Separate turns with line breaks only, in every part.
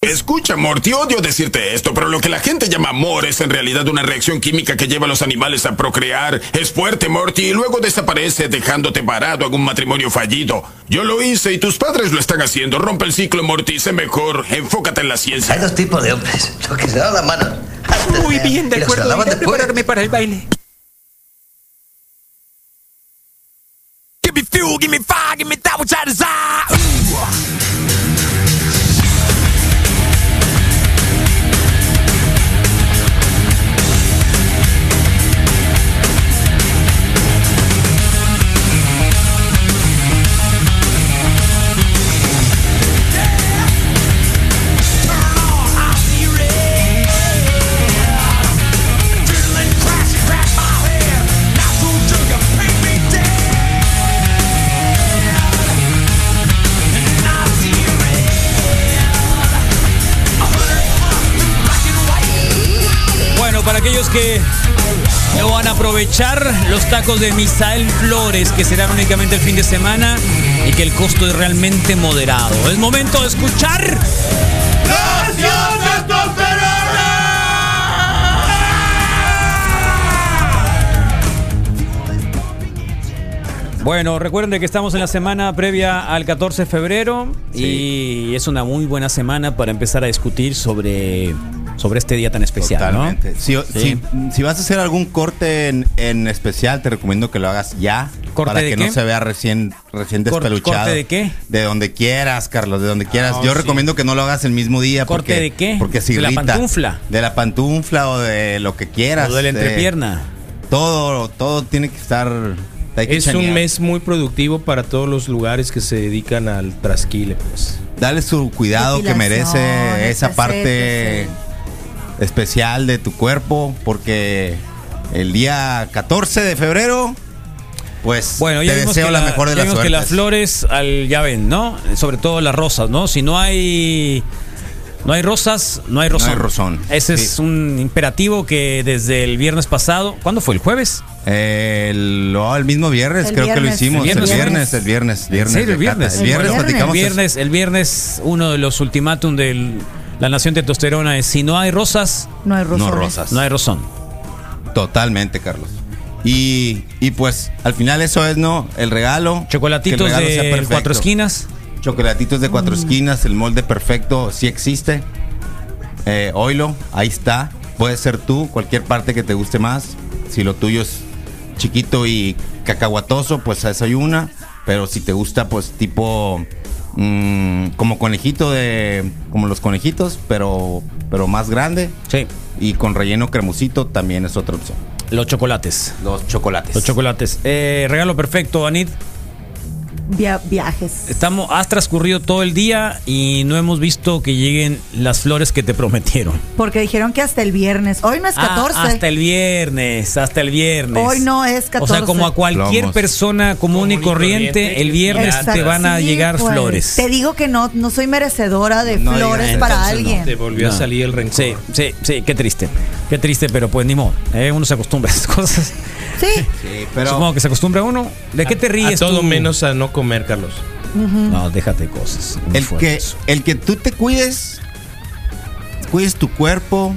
Escucha, Morty, odio decirte esto, pero lo que la gente llama amor es en realidad una reacción química que lleva a los animales a procrear. Es fuerte, Morty, y luego desaparece dejándote parado en un matrimonio fallido. Yo lo hice y tus padres lo están haciendo. Rompe el ciclo, Morty, sé mejor. Enfócate en la ciencia.
Hay dos tipos de hombres, los que se dan la mano. antes
Muy bien,
y
de
los que se
acuerdo.
daban
Iré a
después.
prepararme para el baile. Give me fuel, give me fire, give me that which I desire.
Bueno, para aquellos que no van a aprovechar los tacos de Misael Flores, que serán únicamente el fin de semana y que el costo es realmente moderado. Es momento de escuchar. Bueno, recuerden que estamos en la semana previa al 14 de febrero y es una muy buena semana para empezar a discutir sobre, sobre este día tan especial,
Totalmente.
¿no?
Si,
Sí.
si- si vas a hacer algún corte en, en especial, te recomiendo que lo hagas ya.
¿Corte
para
de
que
qué?
no se vea recién, recién
Cor-
despeluchado.
¿corte de qué?
De donde quieras, Carlos, de donde quieras.
No,
Yo
sí.
recomiendo que no lo hagas el mismo día.
¿Corte
porque-
de qué?
Porque si
¿De la pantufla?
De la pantufla o de lo que quieras.
Lo de la
eh,
entrepierna.
todo, todo tiene que estar. hay que
Es un
chanear.
mes muy productivo para todos los lugares que se dedican al trasquile, pues.
Dale su cuidado que
Depilación, este
merece esa
etc,
parte
etc.
especial de tu cuerpo, porque el día 14 de febrero, pues
Bueno, ya
te
vimos,
deseo
que,
la,
la-
mejor de
ya
las
vimos que
suertes.
las flores al, ya ven, ¿no? Sobre todo las rosas, ¿no? Si no hay no hay rosas, no hay rosón.
hay rosón,
Ese
sí.
es un imperativo que desde el viernes pasado, ¿cuándo fue? ¿El jueves?
El, oh, el mismo viernes,
El
creo que lo
viernes.
hicimos.
El
El
viernes.
viernes, el viernes, viernes.
serio, el
de cata.
viernes?
El viernes
El viernes.
platicamos.
el viernes, el viernes uno de los ultimátum de la nación testosterona es si no hay rosas,
No hay
No
rosones.
rosas.
no hay rosón.
Totalmente, Carlos. Y, y pues al final eso es, ¿no? El regalo. que el
Chocolatitos
regalo sea
de
perfecto.
cuatro esquinas.
Chocolatitos de cuatro esquinas, el molde perfecto sí existe. Eh, oilo, ahí está. Puede ser tú, cualquier parte que te guste más. Si lo tuyo es chiquito y cacahuatoso, pues esa hay una. Pero si te gusta, pues tipo mm, como conejito de. como los conejitos, pero, pero más grande.
Sí,
Y con relleno cremosito también es otra opción.
los chocolates.
Los chocolates.
Los chocolates. Eh, regalo perfecto, Anit.
Via- viajes.
Estamos, has transcurrido todo el día y no hemos visto que lleguen las flores que te prometieron.
Porque dijeron que hasta el viernes. Hoy no es
Ah,
14.
hasta el viernes, hasta el viernes.
Hoy no es
O sea,
14.
como a cualquier
Plomos.
persona común y corriente, el viernes
Exacto.
te van a
Sí,
llegar
pues.
flores.
Te digo que no, no soy merecedora de
No digas
flores
eso,
para
entonces no.
alguien.
Te volvió a
No.
salir el rencor.
Sí, sí, sí, qué triste. Qué triste, pero pues ni modo. eh, uno se acostumbra a esas cosas.
Sí.
Sí, pero.
Supongo que se acostumbra uno. ¿De qué te ríes
A todo
tú?
menos a no comer, Carlos.
No, déjate de cosas. muy
El que,
fuertes.
el que tú te cuides, cuides tu cuerpo,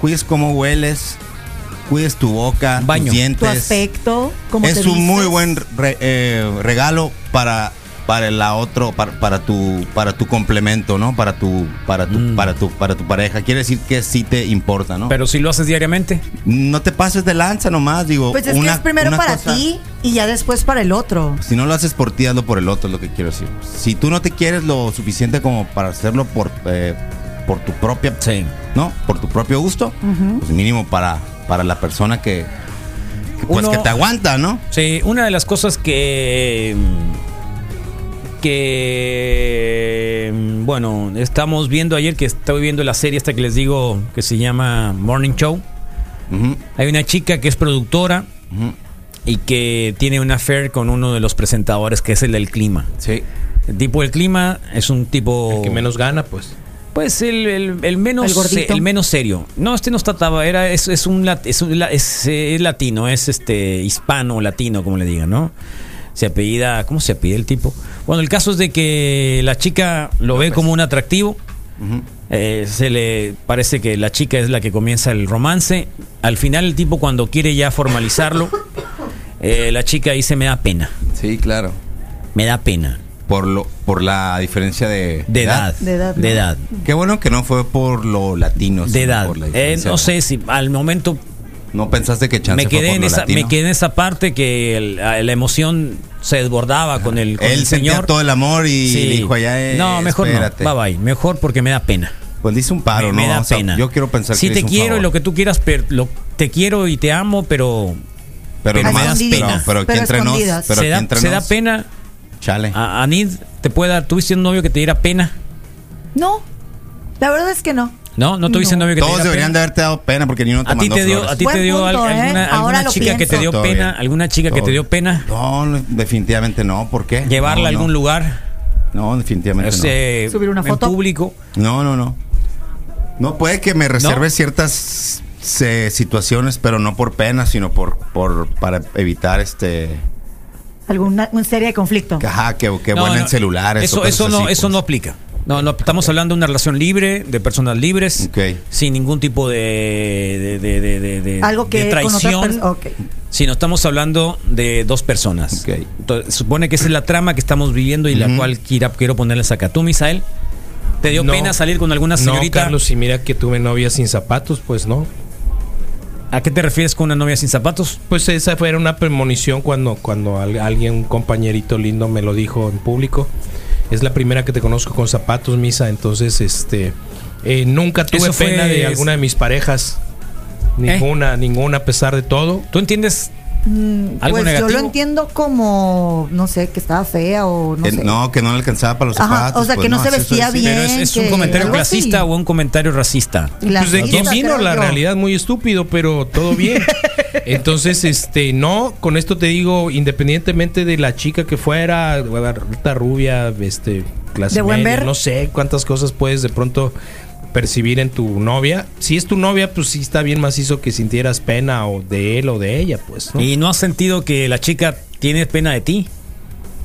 cuides cómo hueles, cuides tu boca,
Baño.
tus dientes.
Tu aspecto, como
Pues, es un muy buen re- eh, regalo para para la otro para, para tu para tu complemento, ¿no? Para tu para tu para tu para tu pareja. Quiere decir que sí te importa, ¿no?
Pero si lo haces diariamente.
no te pases de lanza nomás, digo,
Pues es
una-
que es primero
una
para
cosa-
ti y ya después para el otro.
si no lo haces por ti, hazlo por el otro, es lo que quiero decir. Si tú no te quieres lo suficiente como para hacerlo por, eh, por tu propia,
Sí.
¿no? Por tu propio gusto, pues mínimo para, para la persona que, que, pues,
Uno-
que te aguanta, ¿no?
Sí, una de las cosas que. mm, que. mm, bueno, estamos viendo ayer, que estoy viendo la serie esta que les digo que se llama Morning Show.
Ujú.
Hay una chica que es productora y que tiene una affair con uno de los presentadores, que es el del clima.
Sí.
El tipo del clima es un tipo.
El que menos gana, pues.
Pues el, el- el
El
menos
gordito.
el menos serio. No, este no está taba, era es, es un lat- es, un la- es, eh, es latino, es este hispano latino como le digan, ¿no? Se apellida, ¿cómo pues. se apellida el tipo? Bueno, el caso es de que la chica lo ve como un atractivo Eh, se le parece que la chica es la que comienza el romance. Al final el tipo cuando quiere ya formalizarlo, eh, la chica dice me da pena,
Sí, claro.
me da pena.
Por, lo, por la diferencia de,
De edad.
De edad, ¿no?
De edad.
Qué bueno que no fue por lo latino.
De
sino
edad.
por la
Eh,
diferencia
no
de
sé si al momento
No pensaste que chance
me
fue
quedé,
por
en
lo
esa,
latino?
me quedé en esa parte que el- a- la emoción se desbordaba con el, con
Él
el
sentía
señor.
todo el amor y
Sí.
dijo allá. eh,
no, mejor
espérate.
no. Bye bye. Mejor porque me da pena.
Pues le hizo un
me,
paro,
me
¿no?
da
O sea,
pena.
Yo quiero pensar
sí,
que le
te
hizo un
quiero y
favor.
lo que tú quieras, pero lo, te quiero y te amo, pero
Pero,
Pero
nomás-
escondidas,
pero- pero aquí
pero
entre nos,
escondidas.
pero
se,
aquí
da,
entre
se
nos,
da pena. Ah,
Chale.
A, Anid, te puede dar, tuviste un novio que te diera pena.
No, la verdad es que no.
No, no tuviste
No.
un novio que
Todos
te diera
deberían de
pena.
haberte dado pena porque ni uno te
A ti
mandó
te dio,
flores.
a ti te
Buen
dio al-
punto, ¿eh?
alguna,
Ahora
alguna
lo
chica que te
pienso.
dio
Todo
pena,
bien.
alguna chica que
Todo.
te dio pena,
No, no, definitivamente no. ¿Por qué?
llevarla
No,
a algún
no.
lugar,
No, definitivamente
este,
Subir una
en
foto.
público.
no. No, no, no. No puede que me reserve ciertas se- situaciones, pero no por pena, sino por, por para evitar este.
Alguna una serie de conflicto.
Ajá, que, que
No,
vuelen
no,
celulares. o
Eso,
cosas
eso no,
así,
eso
pues.
no aplica. No, no, estamos hablando de una relación libre, de personas libres,
Ok.
sin ningún tipo de, de, de- de- de- de-
Algo que
de
con otras
traición.
pers- ok.
Sino estamos hablando de dos personas.
Ok.
Entonces, supone que esa es la trama que estamos viviendo y la
Ujú.
cual quiera- quiero ponerles acá. ¿Tú, Misael? ¿Te dio
No.
pena salir con alguna
No,
señorita?
Carlos, si mira que tuve novia sin zapatos, pues no.
¿A qué te refieres con una novia sin zapatos?
Pues esa fue una premonición cuando, cuando al- alguien, un compañerito lindo, me lo dijo en público. Es la primera que te conozco con zapatos, misa. Entonces, este. eh, nunca tuve
Eso fue- ¿Eh?
pena de alguna de mis parejas. Ninguna, ninguna, a pesar de todo.
¿Tú entiendes?
Mm,
¿Algo
pues
negativo?
yo lo entiendo como, no sé, que estaba fea o no
Que-
sé.
Eh, no, que no le alcanzaba para los
Ajá,
zapatos. pues
o sea, que no se
así
vestía
soy- sí.
bien.
Pero es, es
que-
un comentario
algo
clasista
así.
o un comentario racista.
Pues de quién
Clasista,
vino
creo
la
yo.
realidad muy estúpido, pero todo bien. Entonces, este, no, con esto te digo, independientemente de la chica que fuera, alta rubia, este, clase
¿De buen
media,
ver?
no sé cuántas cosas puedes de pronto percibir en tu novia. Si es tu novia, pues sí está bien macizo que sintieras pena o de él o de ella, pues. ¿no?
¿Y no has sentido que la chica tiene pena de ti,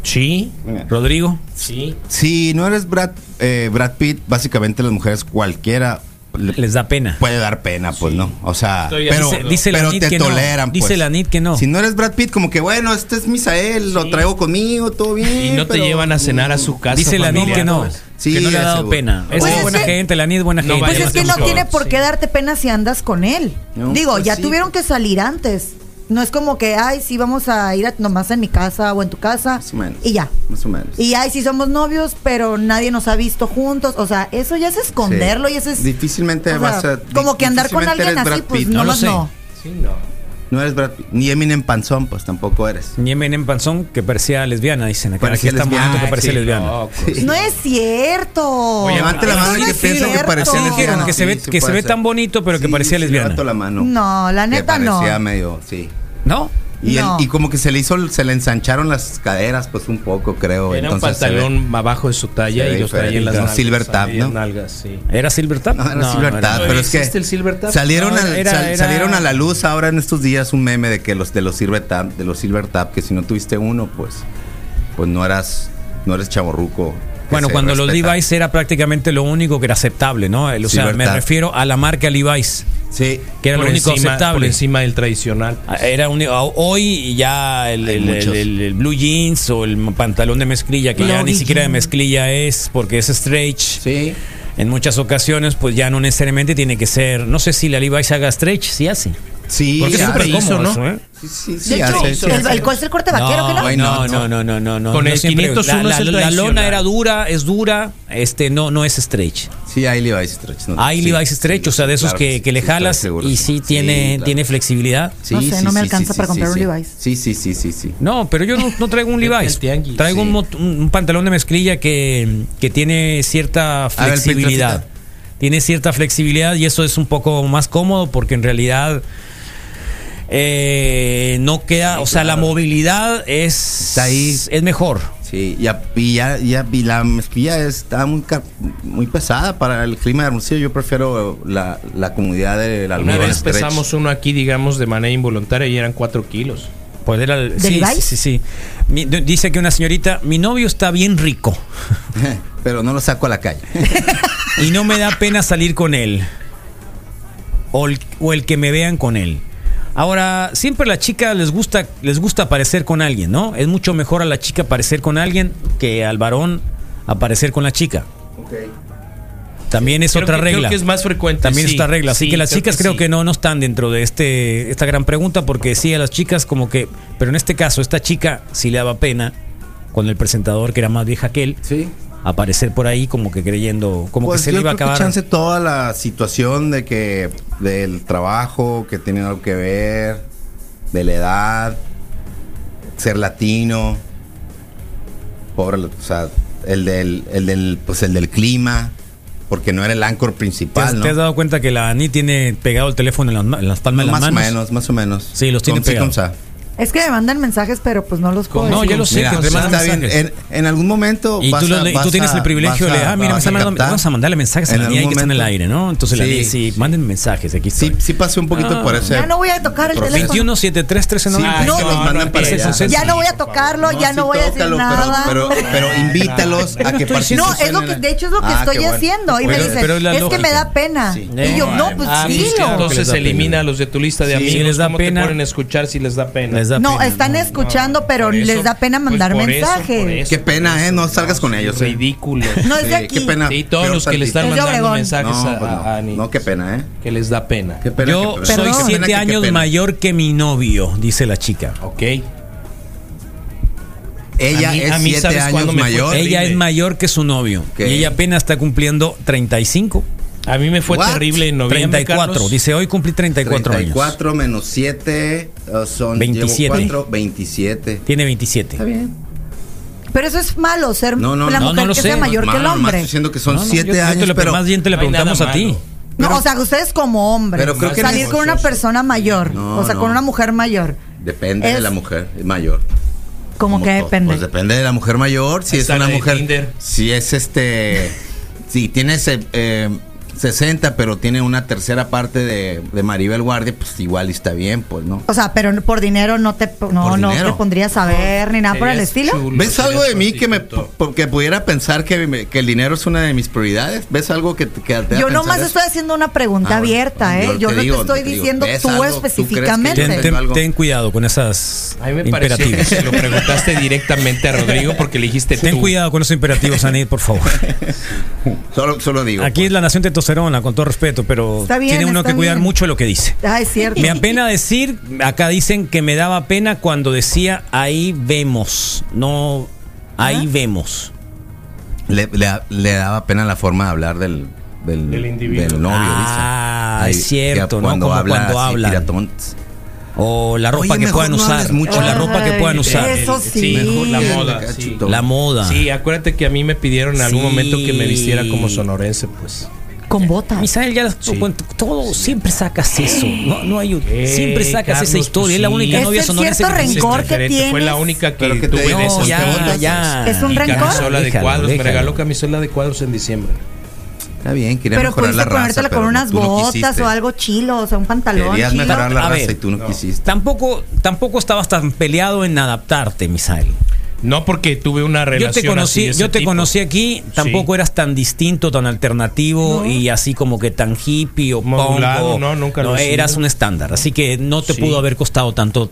Sí,
Rodrigo?
sí.
Si no eres Brad, eh, Brad Pitt, básicamente las mujeres cualquiera le-
Les da pena.
puede dar pena, pues no. O sea,
Estoy de
pero,
acuerdo.
Dice- dice la
pero
Nit
te
que no.
toleran.
Dice
pues.
la Nit que no.
Si no eres Brad Pitt, como que bueno, este es Misael, lo traigo conmigo, todo bien.
Y no te
pero-
llevan a cenar a su casa.
Dice la Nid que
familiar,
no.
pues.
Sí,
que no le ha dado
seguro.
pena. Es
Pues
que
es
buena
que-
gente, la Nid buena
No
gente.
Pues
vaya
es que
más
no
seguro,
tiene por qué
sí.
darte pena si andas con él.
No,
Digo,
pues
ya
sí.
tuvieron que salir antes. No es como que, ay, sí, vamos a ir a- nomás en mi casa o en tu casa.
Más o menos.
Y ya.
Más o menos.
Y ay, sí somos novios, pero nadie nos ha visto juntos. O sea, eso ya es esconderlo y eso es.
Difícilmente
o sea,
vas a.
Como que andar con
difícilmente
alguien
eres
así,
Brad
pues
Pitt.
no,
lo
no,
sé.
no.
Sí, no.
No eres Brad Pitt. Ni Eminem Panzón, pues tampoco eres.
Yemen en Panzón que parecía lesbiana, dicen acá.
Parecía
Aquí está
lesbiana.
bonito que
Ah,
parecía
sí,
lesbiana.
No es cierto.
Oye, levante la
No
mano el
es
que piensa que
cierto.
parecía
Sí, dijeron
lesbiana.
que se ve- que se
puede
ve
ser.
tan bonito, pero que parecía lesbiana.
levanto la mano.
No, la
Que
neta no.
parecía medio, sí.
¿No?
Y,
No.
el- y como que se le hizo, se le ensancharon las caderas, pues un poco, creo.
Era un
Entonces, se ve-
pantalón abajo de su talla
se ve
y los traía en las
diferente.
nalgas.
Silver tap,
traía
¿no?
nalgas, sí.
¿Era Silver Tap?
No, era
No,
Silver
no era.
Tap, pero es que
¿Existe el Silver Tap?
salieron,
No,
al-
era-
sal-
era-
salieron a la luz ahora en estos días un meme de que los de los Silver Tap, de los Silver Tap, que si no tuviste uno, pues, pues no eras, no eres chaborruco. que
Bueno,
se
cuando los
respeta.
Levi's era prácticamente lo único que era aceptable, ¿no? O sea,
Silver
me
Tap.
refiero a la marca Levi's,
Sí.
que era
Por
lo único
encima- Por
aceptable.
encima del tradicional.
Ah, Era un, ah, hoy ya el,
Hay
el- el-
muchos.
el- el blue jeans o el pantalón de mezclilla, que ya
Logi
ni siquiera de
jean.
mezclilla es, porque es stretch.
Sí.
En muchas ocasiones, pues ya no necesariamente tiene que ser. No sé si la Levi's haga stretch, sí hace.
Sí.
Porque
hace.
siempre hizo, ¿no?
eso, ¿eh?
Sí, sí, sí,
De hecho,
hace, sí,
el,
hace.
el- ¿cuál es el corte vaquero? Ah, que
no,
la-
Ay,
no,
no,
no, no, no, no, no.
Con
no
el
siempre-
501
la, la-
es el
la lona
tradicional.
era dura, es dura, este no no es stretch.
Sí, hay Levi's Stretch. ¿no?
Hay
Sí,
Levi's
sí,
stretch, o sea, de esos
claro
que,
sí,
que le
sí, estoy
jalas
seguro.
y sí tiene
claro.
tiene flexibilidad.
Sí,
No sé,
sí,
no me
sí,
alcanza
sí,
para
sí,
comprar
sí.
un Levi's.
Sí, sí, sí, sí, sí.
No, pero yo no, no traigo un Levi's.
El tianguis.
Traigo un,
Sí.
mot- un- un pantalón de mezclilla que, que tiene cierta
ver,
flexibilidad.
pintrafita.
Tiene cierta flexibilidad y eso es un poco más cómodo porque en realidad eh, no queda, o sea, la movilidad es,
Está ahí.
es mejor.
Sí, ya, y ya, ya y la mezquilla está muy, ca- muy pesada para el clima de Hermosillo. Yo prefiero la, la comunidad del
Una
algodón
vez
stretch.
pesamos uno aquí, digamos, de manera involuntaria y eran 4 kilos.
Pues era el- sí,
Levi's?
sí, sí, sí. Mi- d- dice que una señorita, mi novio está bien rico.
Pero no lo saco a la calle.
y no me da pena salir con él. O el, o el que me vean con él. Ahora, siempre a la chica les gusta, les gusta aparecer con alguien, ¿no? Es mucho mejor a la chica aparecer con alguien que al varón aparecer con la chica. También es
Creo
otra
que- creo
regla.
que es más frecuente,
También
sí.
es otra regla. Así
Sí,
que las
creo
chicas
que
creo
sí.
que no, no están dentro de este, esta gran pregunta, porque sí, a las chicas como que. Pero en este caso, esta chica sí le daba pena con el presentador que era más vieja que él.
Sí.
Aparecer por ahí como que creyendo, como
Pues
que se
yo
le iba a
creo que
acabar.
chance toda la situación de que del trabajo, que tienen algo que ver, de la edad, ser latino, pobre, o sea, el del, el del, pues el del clima, porque no era el anchor
¿Te has,
principal,
te has
¿no?
dado cuenta que la Ani tiene pegado el teléfono en las, ma- en las palmas de las
más o
manos?
menos, más o menos.
Sí, los tiene
Con- sí,
pegados.
con sa.
Es que me mandan mensajes, pero pues no los puedo.
No,
decir.
ya lo sé.
Mira,
que nos
además
mandan
está bien,
mensajes.
en, en algún momento
Y
vas
tú,
a-
lo- y tú
vas
tienes
a-
el privilegio
vas
de, ah, mira, me
vas a
están mandando-
captar.
vamos a mandarle mensajes a
En
la
algún
niña que está en el
momento.
aire, ¿no? Entonces la
Sí.
niña sí, manden mensajes, aquí
Sí,
estoy.
sí pasé un poquito
Ah.
por ese.
Ya no voy a tocar el
Profe-
teléfono.
21 73
Sí, no, no,
pues, mandan
no,
para
ese
allá.
es el
Ya
sí,
no voy a tocarlo, ya
sí,
no voy a decir
tócalo, pero-
nada.
Pero, pero invítalos a que participen.
No, es lo que, de hecho es lo que
Ah,
estoy
qué bueno.
haciendo. Y me
Pero-
dicen,
pero es la
es que
lógica.
me da pena.
Sí.
Y yo, no, pues
Ah, pues,
dilo.
entonces elimina a los de tu lista de
Sí,
amigos.
les da
¿Cómo
pena.
te ponen a escuchar si les da pena?
Les da
No,
pena,
están escuchando, pero
Por eso,
les da pena
pues,
mandar
por eso, por
mensajes.
eso,
Qué pena,
por
eh,
eso.
no salgas con ellos, eh.
Ridículo.
No es de
Sí, qué
aquí.
pena.
Sí, todos
Peor
los que le
tantito.
están
Es de
mandando
Obregón.
mensajes
No,
a,
pues no.
a Ani.
No, qué pena, ¿eh?
Que les da pena.
Qué pena.
Yo
qué pena.
soy
Perdón.
Qué
7
pena, qué
años
pena.
mayor que mi novio, dice la chica.
Ok.
Ella
A mí- a
es
mí,
7
¿sabes cuándo
años
me fue?
mayor.
Horrible.
Ella es mayor que su novio.
¿Qué?
Y ella apenas está cumpliendo 35.
A mí me fue
What?
terrible en noviembre.
34.
Carlos.
Dice, hoy cumplí 34, años.
34 menos 7 son
27.
4, 27.
Tiene 27.
bien.
Pero eso es malo, ser
No, no,
la
no,
mujer
no lo
que
sé.
sea mayor que el
Nomás
hombre.
estoy diciendo que son
No, no,
7
yo- yo te
años,
lo-
pero
más bien te le
No hay nada
preguntamos a ti.
malo.
No, o sea, ustedes como hombres,
Pero creo que-
salir con una persona mayor,
No,
o sea,
no.
con una mujer mayor,
depende de
Es-
la mujer mayor.
como que
todo.
depende.
Pues depende de la mujer mayor, si
Ahí
es
está
una
la de
mujer.
Tinder.
Si es este. si tienes eh, eh, 60, pero tiene una tercera parte de, de Maribel Guardia, pues igual está bien, pues, ¿no?
O sea, pero por dinero no te no,
Por
no
dinero.
te pondrías a ver ni nada por el
Serías
estilo.
chulo,
¿Ves algo de
serías
mí que me
prostituto.
porque pudiera pensar que, me- que el dinero es una de mis prioridades? ¿Ves algo que, que te
Yo
haga pensar
nomás
eso?
estoy haciendo una
Ah,
pregunta
bueno,
abierta,
yo
¿eh?
te
Yo no te
digo,
estoy
te digo,
diciendo
¿ves
tú
algo? ¿Tú crees que
Ten,
yo tengo
específicamente.
ten-
algo?
ten cuidado con esas
A mí me pareció que
imperativos.
se lo preguntaste directamente a Rodrigo porque le dijiste
Ten
tú.
cuidado con esos imperativos, Anid, por favor.
Solo, solo digo.
Aquí
pues.
es la nación testosterona, con todo respeto, pero
Está bien,
tiene uno
está
que cuidar
bien.
mucho lo que dice.
Ah, es cierto.
Me apena decir, acá dicen que me daba pena cuando decía ahí vemos, no ahí vemos.
le, le- le daba pena la forma de hablar del, del,
Del individuo.
del novio,
Ah,
dice.
es cierito,
ya
¿no? Como cuando
así,
hablan.
piratón.
O la ropa
Oye,
que
mejor
puedan
no
usar.
hables mucho.
O la ropa que puedan
Ay,
usar.
Eso
Sí,
sí.
mejor la moda.
Sí,
sí.
todo.
La moda.
Sí, acuérdate que a mí me pidieron en algún
Sí.
momento que me vistiera como sonorense, pues.
Con botas.
Misael, ya
Sí.
con- todo, siempre sacas eso. No, no hay un-
Ey,
siempre sacas
Carlos,
esa historia.
pues
es la
sí.
única
Es
novia
el
sonorense
cierto
que
Sí,
tienes.
rencor
está
que
diferente. Este, Fue
tienes.
la única que
Pero que te
tuve
digo,
de esas
ya,
botas.
ya.
¿Es un
Y
rencor?
camisola de
Déjalo,
cuadros. Me
déjalo.
regaló camisola de cuadros en diciembre.
Está bien, quería
Pero
mejorar
pudiste
la raza.
ponértela con
pero
unas
tú no
botas
quisiste.
o algo chilo, o sea, un pantalón
Querías
chilo.
mejorar la
A
raza
ver,
y tú no, quisiste.
Tampoco, tampoco estabas tan peleado en adaptarte, Misael.
No porque tuve una
Yo te
relación así
conocí,
de ese
yo te
tipo.
conocí aquí, tampoco
Sí.
eras tan distinto, tan alternativo y así como que tan hippie o
Modulado,
punk o-
no, nunca lo he sido.
eras un estándar, así que no te
Sí.
pudo haber costado tanto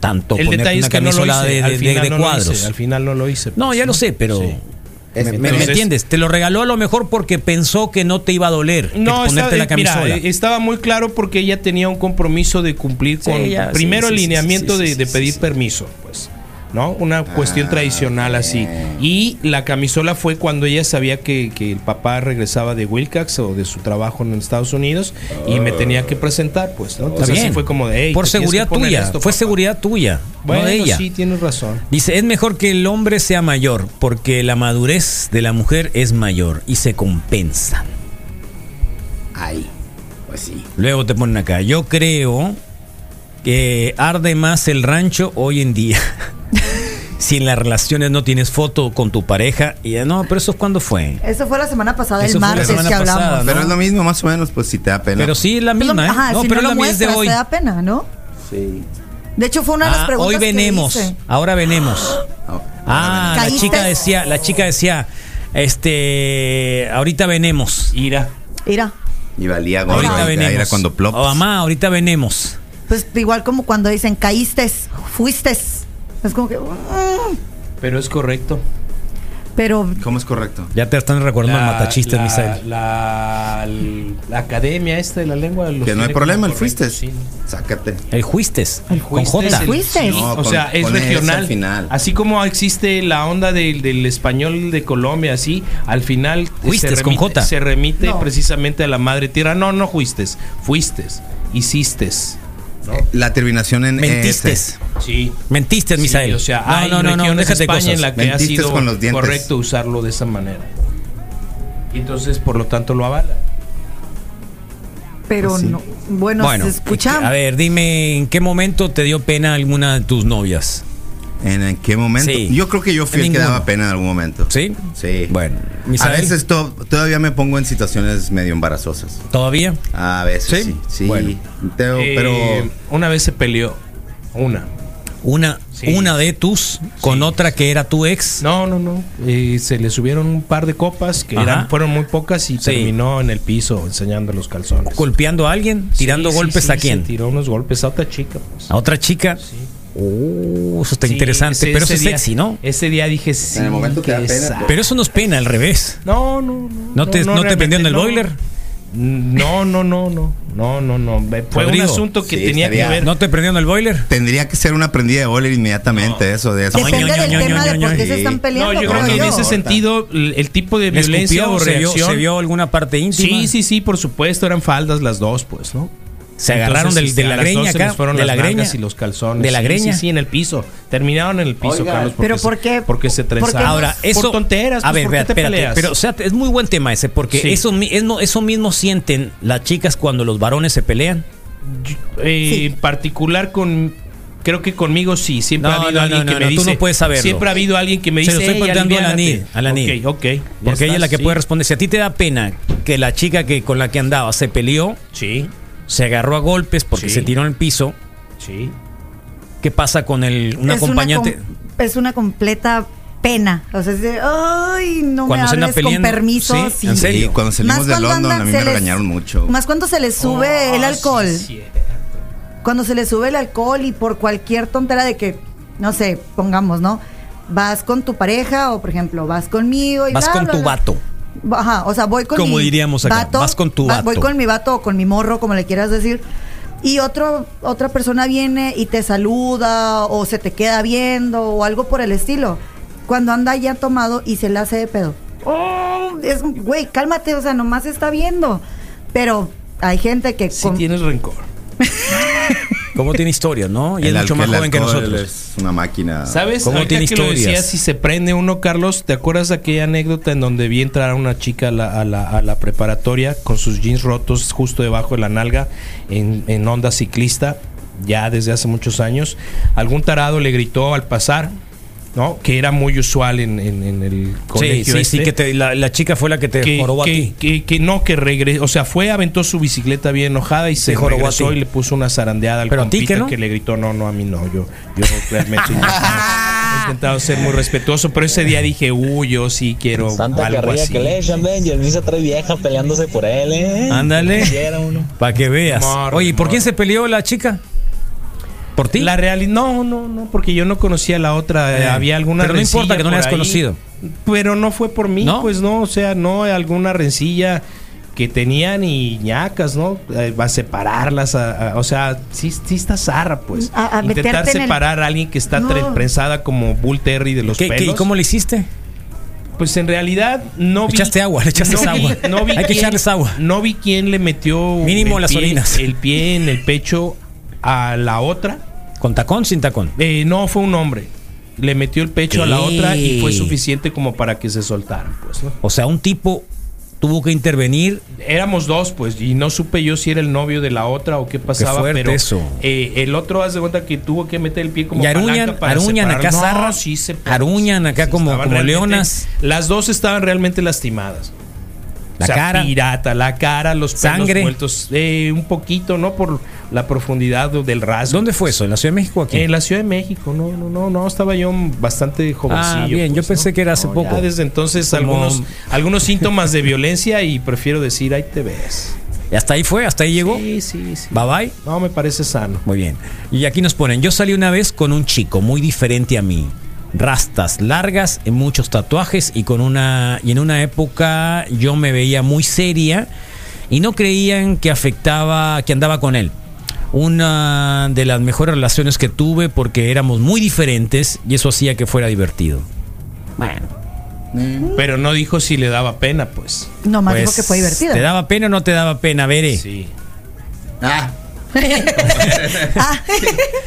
tanto
El
ponerte
detalle es
una
que no lo
camisola
hice.
de,
al
de-
final
de
no lo hice,
cuadros.
al final no lo hice.
no,
pues,
ya lo sé, pero
Sí.
me- me, me
Entonces-
entiendes, te lo regaló a lo mejor porque pensó que no te iba a doler que
No,
ponerte
estaba,
la
mira,
camisola.
eh, estaba muy claro porque ella tenía un compromiso de cumplir
Sí,
con
ya, sí,
primero
sí,
el
sí,
lineamiento
sí,
de,
sí,
de
sí,
pedir
sí.
permiso, pues, ¿no? Una cuestión tradicional así. Y la camisola fue cuando ella sabía que, que el papá regresaba de Wilcox o de su trabajo en Estados Unidos y me tenía que presentar, pues, ¿no?
Está
Entonces así
bien.
fue como de, "Ey,
por
te tienes
seguridad
que poner
tuya,
esto,
fue
papá".
seguridad tuya,
Bueno,
no de ella.
sí, tienes razón.
Dice, es mejor que el hombre sea mayor, porque la madurez de la mujer es mayor y se compensa.
Ay, pues sí.
Luego te ponen acá, yo creo que arde más el rancho hoy en día. si en las relaciones no tienes foto con tu pareja, y ya, no, pero eso es cuando fue.
Eso fue la semana pasada,
Eso fue
el
la
martes
semana
que hablamos.
pasada,
Pero
¿no?
es lo mismo, más o menos, pues si te da pena.
Pero sí es la misma, ¿eh?
Ajá,
no,
si
pero
no
la
lo
mía es de
muestras,
hoy.
te da pena, ¿no? De hecho, fue una de las
Ah,
preguntas
hoy
que
venemos,
hice.
ahora venemos.
Ah,
Ah, la
Caíste.
chica decía, la chica decía, Este, ahorita venemos.
Ira.
Mira,
Y valía gorro.
Ahorita
ya
venemos.
Era cuando plop.
Oh, mamá, ahorita venemos.
pues igual como cuando dicen caíste, fuiste. Es como que. mm,
Pero es correcto.
pero
¿Cómo es correcto?
Ya te están recordando
La-
al matachistas,
la-
Misael.
La, la academia esta de la lengua. los
Que no hay
tiene
problema, el
como correcto,
fuiste.
sí.
Sácate.
El juistes.
El
Con
juistes,
J.
el-
fuiste.
No,
o
con-
sea, es
con ese
regional.
al final.
Así como existe la onda del, del español de Colombia, así, al final
Fuistes con
remite,
J.
se remite
No.
precisamente a la madre tierra. No, no fuiste, fuiste, hiciste.
Eh, La terminación en
Mentiste.
ES.
Sí.
Mentiste, Misael.
o sea, hay regiones de España en la que ha
Mentiste
sido
con los dientes.
correcto usarlo de esa manera. Y entonces, por lo tanto, lo avala.
Pero no. Bueno,
Pues Bueno,
escuchamos.
a ver, dime, ¿en qué momento te dio pena alguna de tus novias?
¿En, en qué momento?
Sí.
Yo creo que yo fui
En
el que
ninguno.
daba pena en algún momento.
¿Sí?
Sí.
Bueno,
A
Misael.
veces to- todavía me pongo en situaciones medio embarazosas.
¿Todavía?
A veces
¿Sí?
sí. Sí.
Bueno.
Teo,
Eh,
pero
una vez se peleó. Una.
Una,
Sí.
una de tus con otra que era tu ex.
No, no, no. Eh, se le subieron un par de copas que
Ajá.
eran, fueron muy pocas y
Sí.
terminó en el piso enseñando los calzones.
Golpeando a alguien, tirando
Sí, sí,
golpes
sí,
a quién?
Se tiró unos golpes a otra chica. pues.
A otra chica. Oh, eso está
Sí,
interesante.
ese-
pero
ese
eso es
día-
sexy, ¿no?
Ese día dije sí.
En el momento te da
qué
pena,
sa-
pues.
Pero eso no es pena, al revés.
No, no, no.
¿No te- no te
realmente
prendieron el boiler?
No, no, no, no. No, no, no. Fue
Rodrigo.
un asunto que
Sí,
tenía
estaría-
que ver.
¿No te prendieron el boiler?
tendría que ser una prendida de boiler inmediatamente eso de esa
Ay,
Depende
ño,
del
ño, ño,
tema de
ño,
por qué
ño.
se están
No,
peleando.
yo creo
creo
que en
yo.
ese sentido el, el tipo de
¿Le
violencia
escupió?
o
¿Se vio,
reacción.
se vio alguna parte íntima?
sí, sí, sí, por supuesto, eran faldas las dos, pues, ¿no?
Se agarraron del-
Entonces, este,
de la
a las
greña
dos se
acá,
les fueron
de
las
la greña.
nalgas y los calzones.
De la
Sí,
greña.
Sí, sí, en el piso. Terminaron en el piso,
Oiga,
Carlos.
pero
se-
¿por qué?
Porque se
¿Por qué
trenzaron.
no?
Ahora, eso.
Por tonteras.
A
pues,
ver,
¿por qué
espérate,
te peleas?
Pero, o sea, es muy buen tema ese, porque
Sí.
eso, mi- es, no- eso mismo sienten las chicas cuando los varones se pelean.
Eh,
Sí.
en particular con creo que conmigo sí siempre
No,
ha habido
no,
alguien
no,
que
no,
me
no, tú
dice
no puedes saberlo.
siempre ha habido alguien que me
Se
dice
lo estoy
"Ey,
preguntando a la
aliviánate".
Nid, a la Nid.
ok ok ya
Porque ella es la
estás,
que
sí.
puede responder. Si a ti te da pena que la chica que con la que andaba se peleó,
sí
se agarró a golpes porque
Sí.
se tiró en el piso,
sí
¿qué pasa con el un
Es una
acompañante?
com- es una completa pena. O sea, es de, ay, no
Cuando
me
se andan
hables con
peleando,
permiso.
sí,
sí.
en serio.
Y cuando salimos
Más
de
cuando
London
andan-
a mí
se
me
les-
regañaron mucho.
Más cuando se les sube
Oh,
el alcohol.
sí, sí.
Cuando se le sube el alcohol y por cualquier tontera de que, no sé, pongamos, ¿no? Vas con tu pareja o, por ejemplo, vas conmigo y
Vas
bla,
con
bla,
tu
bla.
vato.
Ajá, o sea, voy con
Como
mi
diríamos acá,
vato,
vas con tu
va-
vato.
Voy con mi vato o con mi morro, como le quieras decir. Y otro, otra persona viene y te saluda o se te queda viendo o algo por el estilo. Cuando anda ya tomado y se le hace de pedo. ¡Oh! Es, güey, cálmate, o sea, nomás está viendo. Pero hay gente que...
Sí
con-
tienes rencor
¿Cómo tiene historia, no? Y
El
es mucho más
alcohol- el
joven que
alcohol
nosotros.
Es una máquina.
sabes
¿Cómo
Ahorita
tiene
que lo
historias?
decías si se prende uno Carlos te acuerdas de aquella anécdota en donde vi entrar a una chica a la, a la- a la preparatoria con sus jeans rotos justo debajo de la nalga en, en onda ciclista ya desde hace muchos años algún tarado le gritó al pasar ¿no? que era muy usual en, en- en el
Sí,
colegio
sí,
este
sí, que te- la, la chica fue la que te
que,
jorobó a
que-
ti.
que- que no, que regresó. O sea, fue, aventó su bicicleta bien enojada y se
Te jorobó a
regresó
ti.
y le puso una zarandeada al
Pero a ti,
compita
¿que no?
le gritó, no, no, a mí no. Yo, yo realmente he intentado ser muy respetuoso, pero ese día dije, uy, yo sí quiero
Santa
algo
carrilla
así.
que le echan, ven, y él dice a tres viejas peleándose por él, ¿eh?
Ándale.
Quisiera uno.
Para que veas.
Morre,
Oye, ¿y ¿por
morre.
quién se peleó la chica? ¿Por ti?
La realidad, no, no, no, porque yo no conocía a la otra.
Eh,
había alguna
pero no
rencilla
importa que no la
por
hayas
ahí,
conocido.
Pero no fue por mí,
¿No?
pues no, o sea, no, alguna rencilla que tenían y ñacas, ¿no? Eh, Va a separarlas, a- a- o sea, sí, sí está zarra, pues.
A- a
Intentar
meterte en el-
separar a alguien que está
No.
tre- prensada como Bull Terry de los
¿Qué- qué-
pelos.
¿Y cómo le hiciste?
Pues en realidad no
Le
vi.
echaste agua, le echaste
no vi-
agua.
no vi
Hay que
quién-
echarles agua.
No vi quién le metió.
Mínimo
el
las
pie-
orinas.
El pie en el pecho a la otra.
¿Con tacón sin tacón?
Eh, no, fue un hombre. Le metió el pecho a la
Sí.
otra y fue suficiente como para que se soltaran, pues, ¿no?
O sea, un tipo tuvo que intervenir.
Éramos dos, pues, y no supe yo si era el novio de la otra o qué pasaba,
fuerte
pero
eso.
eh, el otro hace cuenta que tuvo que meter el pie como
y aruñan,
palanca para
aruñan acá
separar. No,
zarra,
sí se-
aruñan acá
sí,
como,
estaban
como
realmente-
leonas.
Las dos estaban realmente lastimadas. o
La
sea,
cara.
pirata, la cara, los pelos
Sangre.
muertos, eh, un poquito, ¿no? Por la profundidad do- del rasgo.
¿Dónde fue eso? ¿En la Ciudad de México o aquí?
En la Ciudad de México, no, no, no, no, estaba yo bastante jovencillo.
Ah, bien, yo
pues,
pensé
¿no?
que era hace
No,
poco.
ya desde entonces
Como-
algunos, algunos síntomas de violencia y prefiero decir, ahí te ves.
¿Y ¿Hasta ahí fue? ¿Hasta ahí llegó?
Sí, sí, sí.
Bye bye.
No, me parece sano.
Muy bien. Y aquí nos ponen, yo salí una vez con un chico muy diferente a mí. Rastas largas, y muchos tatuajes y con una y en una época yo me veía muy seria y no creían que afectaba que andaba con él. Una de las mejores relaciones que tuve porque éramos muy diferentes y eso hacía que fuera divertido. Bueno,
Pero no dijo si le daba pena, pues.
Nomás
pues,
dijo que fue divertido.
¿Te daba pena o no te daba pena, Bere?
Sí.
Ah,
Ah,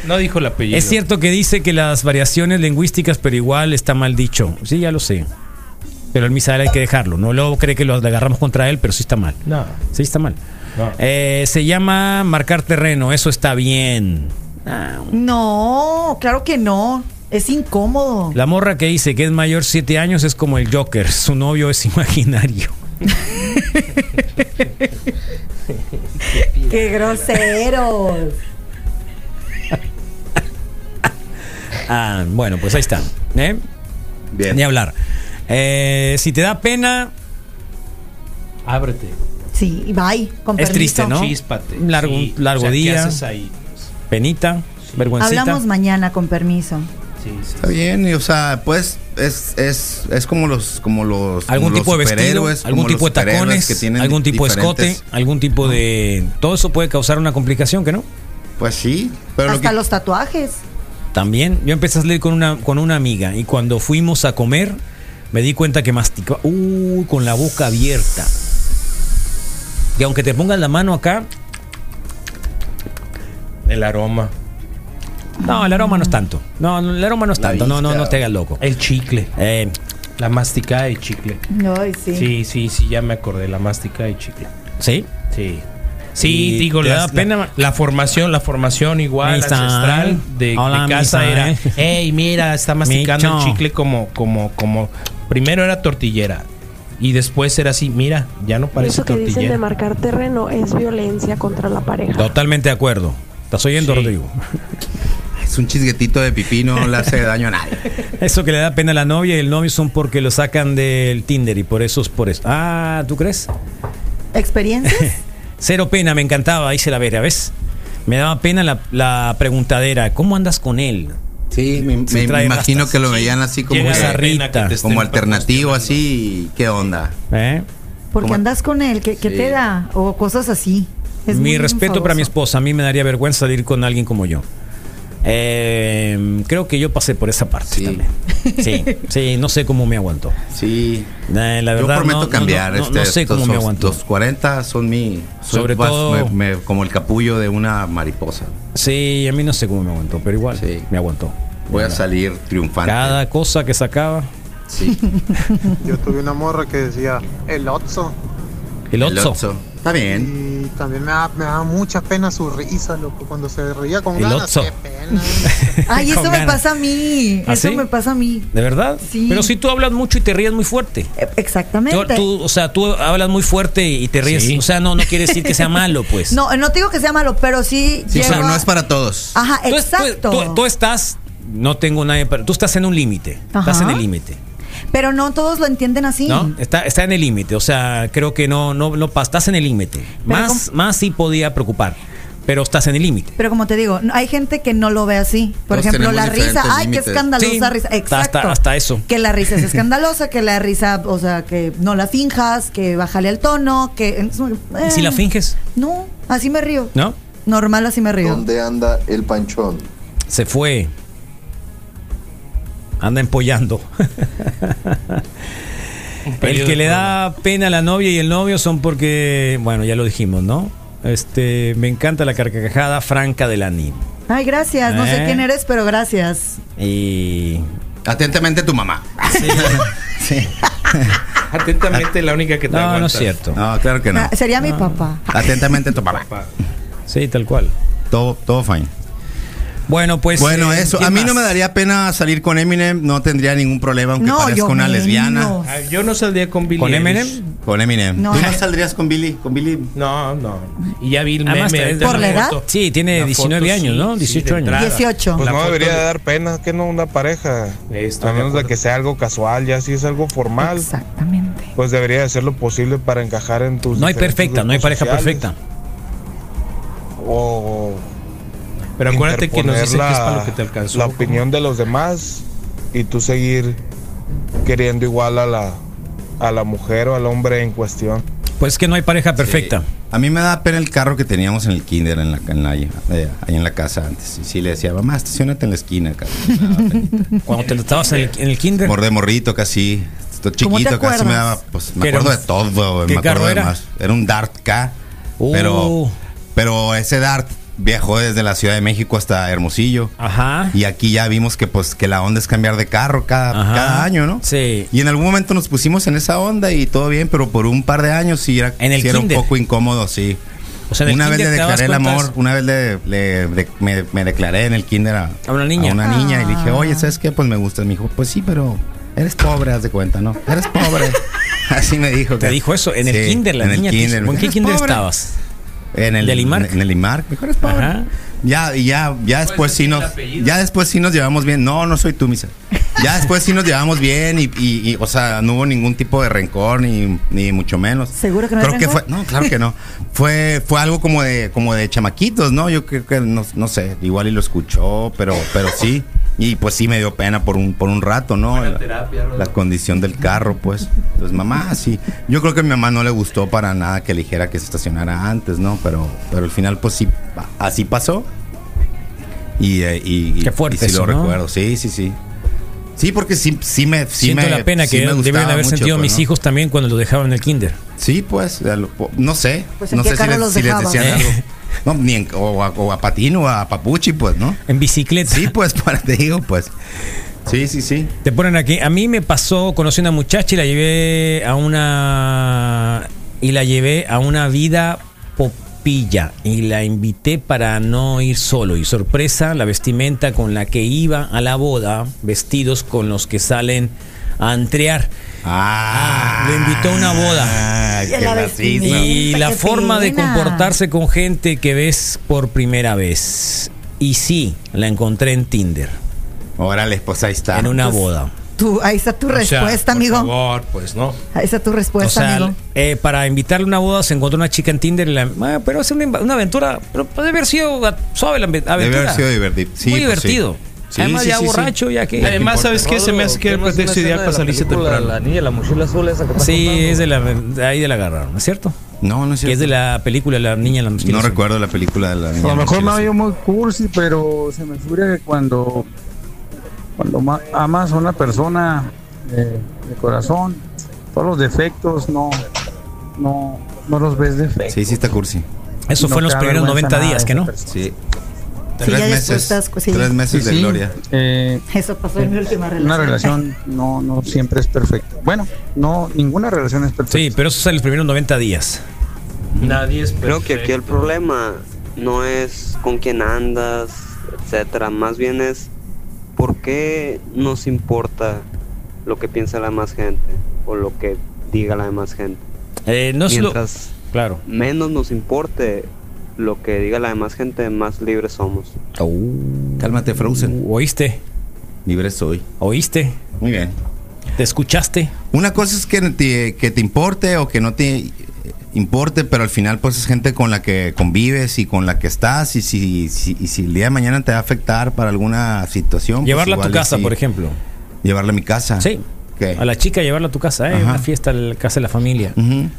No dijo el apellido.
Es cierto que dice que las variaciones lingüísticas, pero igual está mal dicho. Sí, ya lo sé. Pero el Misael hay que dejarlo. No lo cree que lo agarramos contra él, pero sí está mal.
No.
Sí está mal.
No.
Eh, se llama marcar terreno. Eso está bien.
no, claro que no. Es incómodo.
La morra que dice que es mayor 7 años es como el Joker. Su novio es imaginario.
Qué groseros.
Ah, bueno, pues ahí está. ¿eh?
bien.
Ni hablar. Eh, si te da pena,
Ábrete.
Sí, y bye. Con
Es
permiso.
triste, ¿no?
Chíspate.
Un largo- un largo
¿qué
día.
haces ahí? Pues,
penita, vergüencita.
Hablamos mañana con permiso.
Sí, sí.
Está bien, y, o sea, pues es, es, es como los como los como
algún
los
tipo de vestido,
superhéroes,
algún
como
tipo de
los superhéroes
tacones,
que tienen
algún tipo de
diferentes-
escote, algún tipo de todo eso puede causar una complicación, ¿que no?
Pues sí, pero lo
Hasta
que-
los tatuajes.
También yo empecé a salir con una con una amiga y cuando fuimos a comer me di cuenta que masticaba uh, con la boca abierta. Y aunque te pongas la mano acá,
El aroma.
no, el aroma no es tanto. No, no, el aroma no es
La
tanto. No, no,
vista.
no te hagas loco.
El chicle.
Eh,
La masticada de chicle.
Ay, sí.
Sí, sí, sí, ya me acordé. La masticada de chicle.
¿sí.
Sí.
Y
Sí, digo,
te
las-
da
la,
pena,
la,
ma-
formación, la formación igual
Ahí está. ¿eh?
ancestral de, de
Hola,
casa
misa,
era,
¿eh?
hey, mira, está masticando
Micho.
el chicle como, como, como, primero era tortillera y después era así, mira, ya no parece
Eso que dicen de
tortillera.
marcar terreno es violencia contra la pareja.
Totalmente de acuerdo. ¿Estás oyendo,
Sí.
Rodrigo?
es un chisguetito de pipí no le hace daño a nadie.
Eso que le da pena a la novia y el novio son porque lo sacan del Tinder y por eso es por eso. Ah, ¿tú crees?
¿Experiencias?
Cero pena, me encantaba, hice la vera, ¿ves? Me daba pena la, la preguntadera, ¿cómo andas con él?
Sí, me,
Sí,
me
trae
imagino
rastas.
que lo veían así como
Llega
que-
esa rita.
que te estén
como alternativo así, ¿qué onda?
¿Eh?
Porque
¿Cómo?
andas con él, ¿qué, qué
Sí.
te da? O cosas así. Es
Mi
muy
respeto para mi
enfadoso.
esposa, a mí me daría vergüenza salir con alguien como yo. Eh, creo que yo pasé por esa parte
Sí.
también. Sí, sí, no sé cómo me aguantó.
Sí.
Eh, la verdad,
Yo prometo
no- no-
cambiar.
no- no-
este,
no sé cómo
estos-
me aguantó.
Los 40 son mi. soy
Sobre
más-
todo-
me- me- como el capullo de una mariposa.
Sí, a mí no sé cómo me aguantó, pero igual
Sí.
me aguantó.
Voy a salir triunfante.
Cada cosa que sacaba,
Sí.
Yo tuve una morra que decía el Otso
el
El
otso.
Otso. Está bien.
y también me daba, me daba mucha pena su risa, loco, cuando se reía con
El
ganas.
Otso.
Qué pena.
Ay, eso
Con
me
ganas.
pasa a mí.
¿Ah,
eso
sí?
me pasa a mí.
¿De verdad?
Sí.
Pero si tú hablas mucho y te ríes muy fuerte.
Eh,
Tú,
Exactamente.
tú- o sea, tú hablas muy fuerte y te ríes.
Sí.
O sea, no, no quiere decir que sea malo, pues.
No, no te digo que sea malo, pero sí.
Sí,
llego
pero
a-
no es para todos.
Ajá,
Tú- tú-
exacto.
Tú, tú estás, no tengo nadie para. Tú estás en un límite. Estás
Ajá.
en el límite.
Pero no todos lo entienden así.
¿No? Está, está en el límite. O sea, creo que no, no, no pas- estás en el límite.
Pero
Más, más sí podía preocupar. Pero estás en el límite.
Pero como te digo, no- hay gente que no lo ve así. Por
Todos
ejemplo,
tenemos
la
diferentes
risa. Ay, qué
límites.
escandalosa
Sí,
risa.
hasta-
Exacto.
hasta eso.
Que la risa es escandalosa, que la risa, o sea, que no la finjas, que bájale el tono, que. eh,
¿Y si la finges?
No, así me río.
¿No?
Normal, así me río.
¿Dónde anda el panchón?
Se fue. Anda empollando. El que le da pena a la novia y el novio son porque, bueno, ya lo dijimos, ¿no? Este, me encanta la carcajada franca del anime.
Ay, gracias. No
Eh.
sé quién eres, pero gracias.
Y
Atentamente tu mamá. Sí.
Atentamente la única que te
Ah. no, no
aguantas.
es cierto.
No, claro que no.
Ah, Sería mi papá.
Atentamente tu papá.
Sí, tal cual.
Todo, todo fine.
Bueno, pues.
Bueno,
eh,
eso.
¿quién
A mí
más?
no me daría pena salir con Eminem, no tendría ningún problema aunque
No,
parezca
yo
una
menos.
lesbiana.
Ah, Yo no saldría con Billy.
¿Con
Eilish.
Eminem?
Con Eminem.
No.
¿Tú no saldrías con Billy? Con Billy.
No, no. Y ya vi el meme.
Además,
ahorita
¿por
en
la edad?
foto.
Sí, tiene
La
19
foto,
años,
sí,
¿no?
sí,
18
de
años.
entrada.
18.
La
Pues no
foto
debería
de-
dar pena, que no una pareja.
Estoy
a
de
menos de
acuerdo.
que sea algo casual, ya si es algo formal,
Exactamente.
pues debería hacer lo posible para encajar en tus.
No hay
diferentes
perfecta, no hay
grupos
pareja
sociales.
perfecta.
O.
Pero acuérdate que nos dicen que es para lo que te alcanzó.
La opinión de los demás y tú seguir queriendo igual a la, a la mujer o al hombre en cuestión.
Pues que no hay pareja perfecta.
Eh, A mí me da pena el carro que teníamos en el kinder, en la, en la- eh, ahí en la casa antes. Y sí le decía, mamá, estacionate en la esquina, cabrón. Me daba penita.
Cuando te lo estabas en el, en el kinder.
Mor- de morrito casi, esto
¿Cómo te
chiquito casi me
acuerdas?
daba, pues me
¿Qué era
acuerdo
un-
de todo,
qué
me
carro
acuerdo de
era?
más. Era un Dart K,
Uh.
pero, pero ese Dart viajó desde la Ciudad de México hasta Hermosillo.
Ajá.
Y aquí ya vimos que pues que la onda es cambiar de carro cada,
Ajá.
cada año, ¿no?
Sí.
Y en algún momento nos pusimos en esa onda y todo bien, pero por un par de años sí era,
En el
sí era un
kinder.
poco incómodo, sí.
O sea, en el
una vez
kinder
le
te dabas
declaré el
cuenta
amor,
eso.
una vez le, le- de- me, me declaré en el kinder a,
A una niña.
una niña y le dije,
Ah.
oye, ¿sabes qué? Pues me gustas. Me dijo, pues sí, pero eres pobre, haz de cuenta, ¿no? Eres pobre. Así me dijo.
Te
que-
dijo eso, en el
Sí,
kinder la
en el
niña. te
kinder.
hizo- ¿Con qué
Eres
kinder
pobre.
estabas?
En el,
¿Del Imarc?
En, el Imarc. Me dijo, eres pobre.
Ajá.
Ya, y ya, ya después sí nos, ya después sí nos llevamos bien. No, no soy tú, misa. Ya después sí nos llevamos bien y, y- y, o sea, no hubo ningún tipo de rencor ni, ni mucho menos.
¿Seguro que no hay
Creo que
rencor?
fue, no, claro que no. Fue, fue algo como de, como de chamaquitos, ¿no? Yo creo que no, no sé, igual y lo escuchó, pero, pero sí. Y pues sí me dio pena por un, por un rato, ¿no? La, la condición del carro, pues. Entonces, mamá, sí. Yo creo que a mi mamá no le gustó para nada que le dijera que se estacionara antes, ¿no? Pero, pero al final, pues sí, pa- así pasó. Y, eh, y, y-
Qué fuerte
y sí
eso,
lo
¿no?
recuerdo, sí, sí, sí. Sí, porque sí, sí me. Sí
Siento
me-
la pena
sí
que
me
deben
gustaba
haber
mucho,
sentido
pues,
mis
¿no?
hijos también cuando lo dejaban en el kinder.
Sí, pues, a lo- po- no sé.
Pues, ¿en
no
qué
sé si
carro
les,
los
si les
dejabas?
decían
Eh.
algo. No, ni en- o, a, o a Patín o a Papuchi, pues, ¿no?
En bicicleta.
Sí, pues, para, te digo, pues. Sí, sí, sí.
Te ponen aquí. A mí me pasó, conocí a una muchacha y la llevé a una. Y la llevé a una vida popilla. Y la invité para no ir solo. Y sorpresa, la vestimenta con la que iba a la boda, vestidos con los que salen a entrear.
Ah,
lo invitó a una boda.
Ah,
Y
qué
la
racismo.
vestimenta.
Y
Qué
la forma de
pena.
comportarse con gente que ves por primera vez. Y sí, la encontré en Tinder,
Órale, pues ahí está.
en una boda.
Tú, ahí está tu
O sea,
respuesta,
por
amigo.
favor, pues no.
Ahí está tu
O
respuesta,
sea,
Pues, amigo.
eh, para invitarle a una boda se encontró una chica en Tinder y la- ah, pero es una, inv- una aventura, pero puede haber sido a- suave la ambe- aventura.
Debe haber sido divertido. Sí,
Muy
pues,
divertido.
sí.
Además
Sí,
ya
sí, sí,
borracho,
sí.
ya que...
Ya que
Además,
importa.
¿sabes qué? Se me hace que el pretexto ideal para salirse temprano.
La niña, la mochila azul esa que está
sí,
contando.
es de la, de ahí de la agarraron, ¿no es cierto?
No, no es
Que es
cierto.
de la película La Niña en la Mochila
No
Azul.
recuerdo la película de la niña.
A lo mejor
mochila
me
azul.
veo muy cursi, pero se me figura que cuando, cuando ma- amas a una persona de, de corazón, todos los defectos no, no, no los ves defectos.
Sí, sí está cursi.
Eso
No
fue en los
te
primeros
avergüenza
90
nada
días,
de
¿que
esa
no?
persona.
Sí.
Sí,
tres
ya después
meses.
estás- pues, sí.
Tres meses de
Sí,
gloria.
eh,
Eso pasó en mi última relación.
una relación no, no siempre es perfecta. Bueno, no, ninguna relación es perfecta.
Sí, pero eso es en los primeros 90 días.
Nadie es
Creo que aquí el problema no es con quién andas, etcétera, más bien es por qué nos importa lo que piensa la demás gente o lo que diga la demás gente.
Eh, no es lo-
Mientras
Claro.
menos nos importe lo que diga la demás gente, más libres somos.
Oh.
Cálmate, Frozen.
¿Oíste?
Libre soy.
¿Oíste?
Muy bien.
¿Te escuchaste?
Una cosa es que te, que te importe o que no te eh, importe, pero al final pues es gente con la que convives y con la que estás y si, si- y si el día de mañana te va a afectar para alguna situación. pues,
Llevarla a tu
igual y
casa,
sí.
por ejemplo.
Llevarla a mi casa.
Sí.
¿Qué?
A la chica llevarla a tu casa, ¿eh?
Ajá.
Una fiesta en la casa de la familia.
Ujú.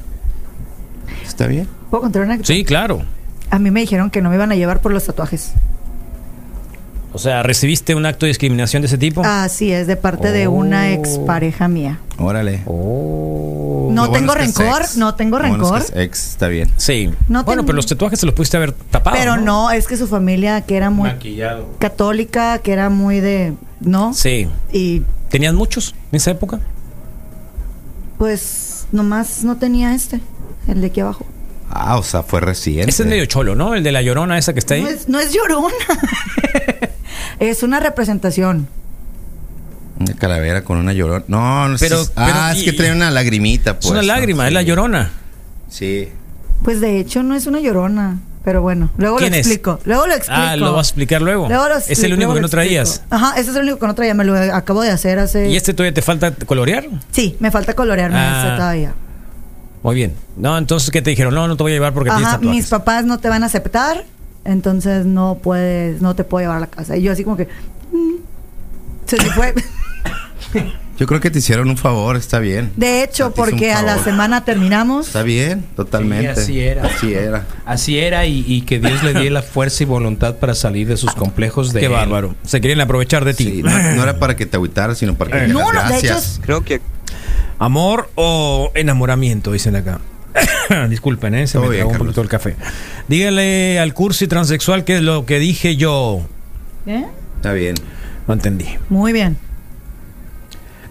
Está bien.
¿Puedo contar una anécdota?
Sí, claro.
A mí me dijeron que no me iban a llevar por los tatuajes.
O sea, ¿recibiste un acto de discriminación de ese tipo?
Así es, de parte de
Oh.
una expareja mía.
Órale.
Oh.
no
Oh. Lo
tengo
bueno es que es
rencor,
ex.
no tengo
Lo bueno es
rencor.
que es ex, está bien.
Sí.
No
bueno,
ten-
pero los tatuajes se los pudiste haber tapado.
pero no. es que su familia que era muy
Maquillado.
católica, que era muy de, ¿no?
Sí.
Y
¿Tenías muchos en esa época?
pues nomás no tenía este, el de aquí abajo.
Ah, o sea, fue reciente.
Ese es medio cholo, ¿no? El de la llorona esa que está ahí.
No es, no es llorona. Es una representación.
Una calavera con una llorona. No, no sé.
Pero-
si-
pero-
ah, es
y-
que trae una lagrimita, pues.
Es una lágrima, es la llorona.
Sí.
Pues de hecho no es una llorona. Pero bueno, luego lo
¿Quién es?
explico. Luego lo explico.
Ah, lo vas a explicar luego.
Luego lo
es el
explico,
único
luego
que
lo
no traías.
explico. Ajá, ese es el único que no traía. Me lo acabo de hacer hace.
¿Y este todavía te falta colorear?
Sí, me falta colorearme
Ah.
ese todavía.
Muy bien. No, entonces, ¿qué te dijeron? No, no te voy a llevar porque tienes
Ajá,
tatuajes.
mis papás no te van a aceptar, entonces no puedes, no te puedo llevar a la casa. Y yo así como que mm. se me fue.
Yo creo que te hicieron un favor, está bien.
De hecho,
Te hizo un
porque a la
favor.
semana terminamos.
Está bien, totalmente.
Sí, así era.
Así era.
Así era y, y que Dios le diera la fuerza y voluntad para salir de sus complejos de
Qué
él.
bárbaro.
Se querían aprovechar de
ti. no, no era para que te agüitaras, sino para que
Eh.
dijeras
No, no, de
gracias.
hecho-
Creo que
¿Amor o enamoramiento? Dicen acá. Disculpen, ¿eh? se me
Todo bien,
trabó un
Carlos.
poquito el café. Dígale al cursi transexual que es lo que dije yo.
¿Eh?
Está bien.
No entendí.
Muy bien.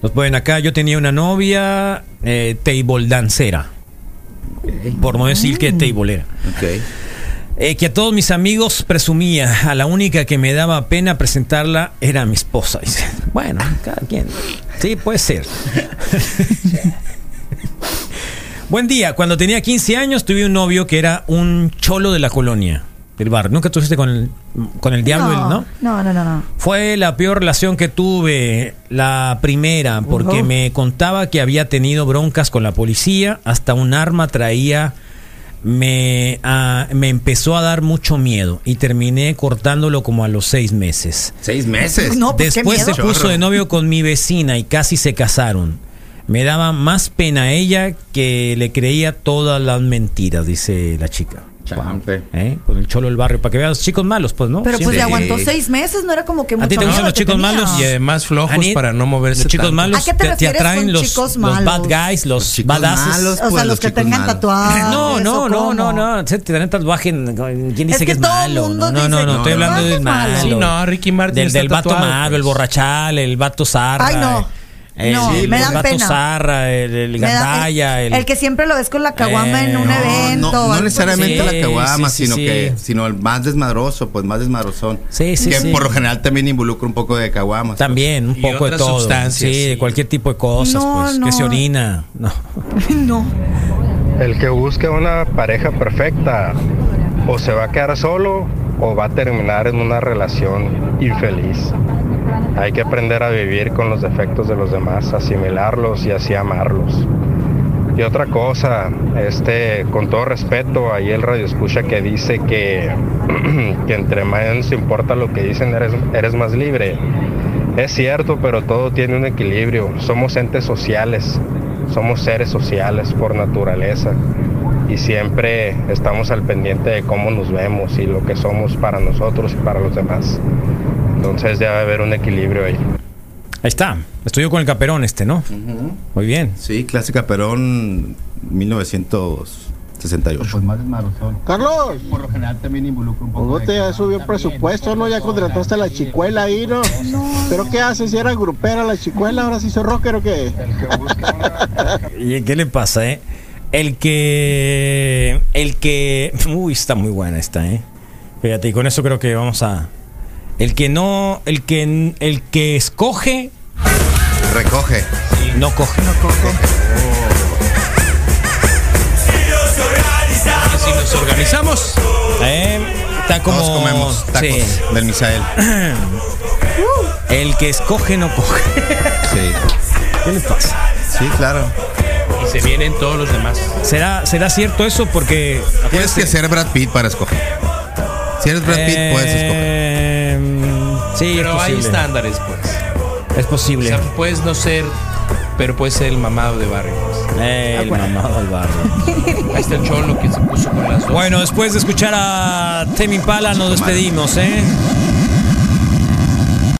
Nos pueden acá. Yo tenía una novia eh, table dancera. Por no decir que table era.
Ok.
Eh, que a todos mis amigos presumía. A la única que me daba pena presentarla era mi esposa. Dice, bueno, cada quien. Sí, puede ser. Buen día. Cuando tenía 15 años tuve un novio que era un cholo de la colonia, del barrio. ¿Nunca estuviste con el, con el diablo, él, no?
No, no, no, no.
Fue la peor relación que tuve, la primera, porque
Ujú.
me contaba que había tenido broncas con la policía, hasta un arma traía, me, ah, me empezó a dar mucho miedo y terminé cortándolo como a los seis meses.
¿Seis meses?
No, pues, qué
Después se
miedo.
puso
Chorro.
de novio con mi vecina y casi se casaron. Me daba más pena a ella que le creía todas las mentiras, dice la chica.
Champe.
¿Eh? Con el cholo del barrio, para que veas chicos malos, pues, ¿no?
Pero pues
Siempre.
le aguantó seis meses, no era como que mucho
¿A ti te gustan
miedo
los
que
chicos
tenía.
malos?
Y además flojos para no moverse
Los chicos
tanto.
malos
¿A qué te refieres
atraen
con
los,
chicos
los
malos?
bad guys, los,
chicos
badasses.
malos,
O sea,
pues,
los que
chicos
tengan
malos.
tatuajes.
No, no,
¿o
no,
Ah, cómo?
no, no, se te dan tatuaje, ¿quién dice
Es
que,
que
es
todo
malo? No,
mundo
no, no,
dice
no,
que
estoy
el
hablando
tatuaje
del
es
malo.
malo.
Sí, no, Ricky Martin
Del,
está
del vato
tatuado,
malo,
pues.
el borrachal, el vato zarra.
Ay, no.
El,
No,
el
me dan
vato
pena.
zarra, el, el
Me da-
gandaya.
el,
el,
que siempre lo ves con la caguama
Eh,
en un
no,
evento.
No,
o
no
algo
necesariamente
así.
la caguama,
Sí, sí,
sino
sí,
que
sí.
sino el más desmadroso, pues más desmadrozón.
Sí, sí,
que
sí.
por lo general también involucra un poco de caguama.
También, un
Y
poco de
otras
todo.
sustancias,
Sí, de cualquier tipo de cosas,
No,
pues,
no.
que se orina. No.
no.
El que busca una pareja perfecta o se va a quedar solo o va a terminar en una relación infeliz. Hay que aprender a vivir con los defectos de los demás, asimilarlos y así amarlos. Y otra cosa, este, con todo respeto, ahí el radio escucha que dice que, que entre menos importa lo que dicen, eres, eres más libre. Es cierto, pero todo tiene un equilibrio. Somos entes sociales, somos seres sociales por naturaleza y siempre estamos al pendiente de cómo nos vemos y lo que somos para nosotros y para los demás. Entonces debe haber un equilibrio ahí.
Ahí está. Estudió con el caperón este, ¿no? Muy bien.
Sí, clásica Perón 1968. Pues más desmadrozón.
Carlos,
Por lo general también involucra un
pues no te ya subió el presupuesto, ¿no? Ya contrataste a la chicuela ahí, ¿no? ¿Pero qué haces? Si era grupera la chicuela, ahora sí hizo rocker o qué?
¿Y qué le pasa, eh? El que. El que. Uy, está muy buena esta, eh. Fíjate, y con eso creo que vamos a. El que no. El que. El que escoge.
Recoge.
No coge. No coge. Si nos organizamos. Eh, está como.
Todos comemos tacos
sí.
del Misael.
El que escoge no coge.
Sí.
¿Qué le pasa?
Sí, claro.
Y se vienen todos los demás.
¿Será, será cierto eso? Porque.
Tienes que ser Brad Pitt para escoger. Si eres Brad Pitt, puedes escoger.
Eh, sí, es
Pero hay
posible.
estándares, pues.
Es
O
posible.
sea, puedes no ser, pero puedes ser el mamado de barrio. pues.
Eh, el mamado al barrio.
Ahí está el cholo que se puso con las dos.
Bueno, después de escuchar a Temi Pala nos despedimos, ¿eh?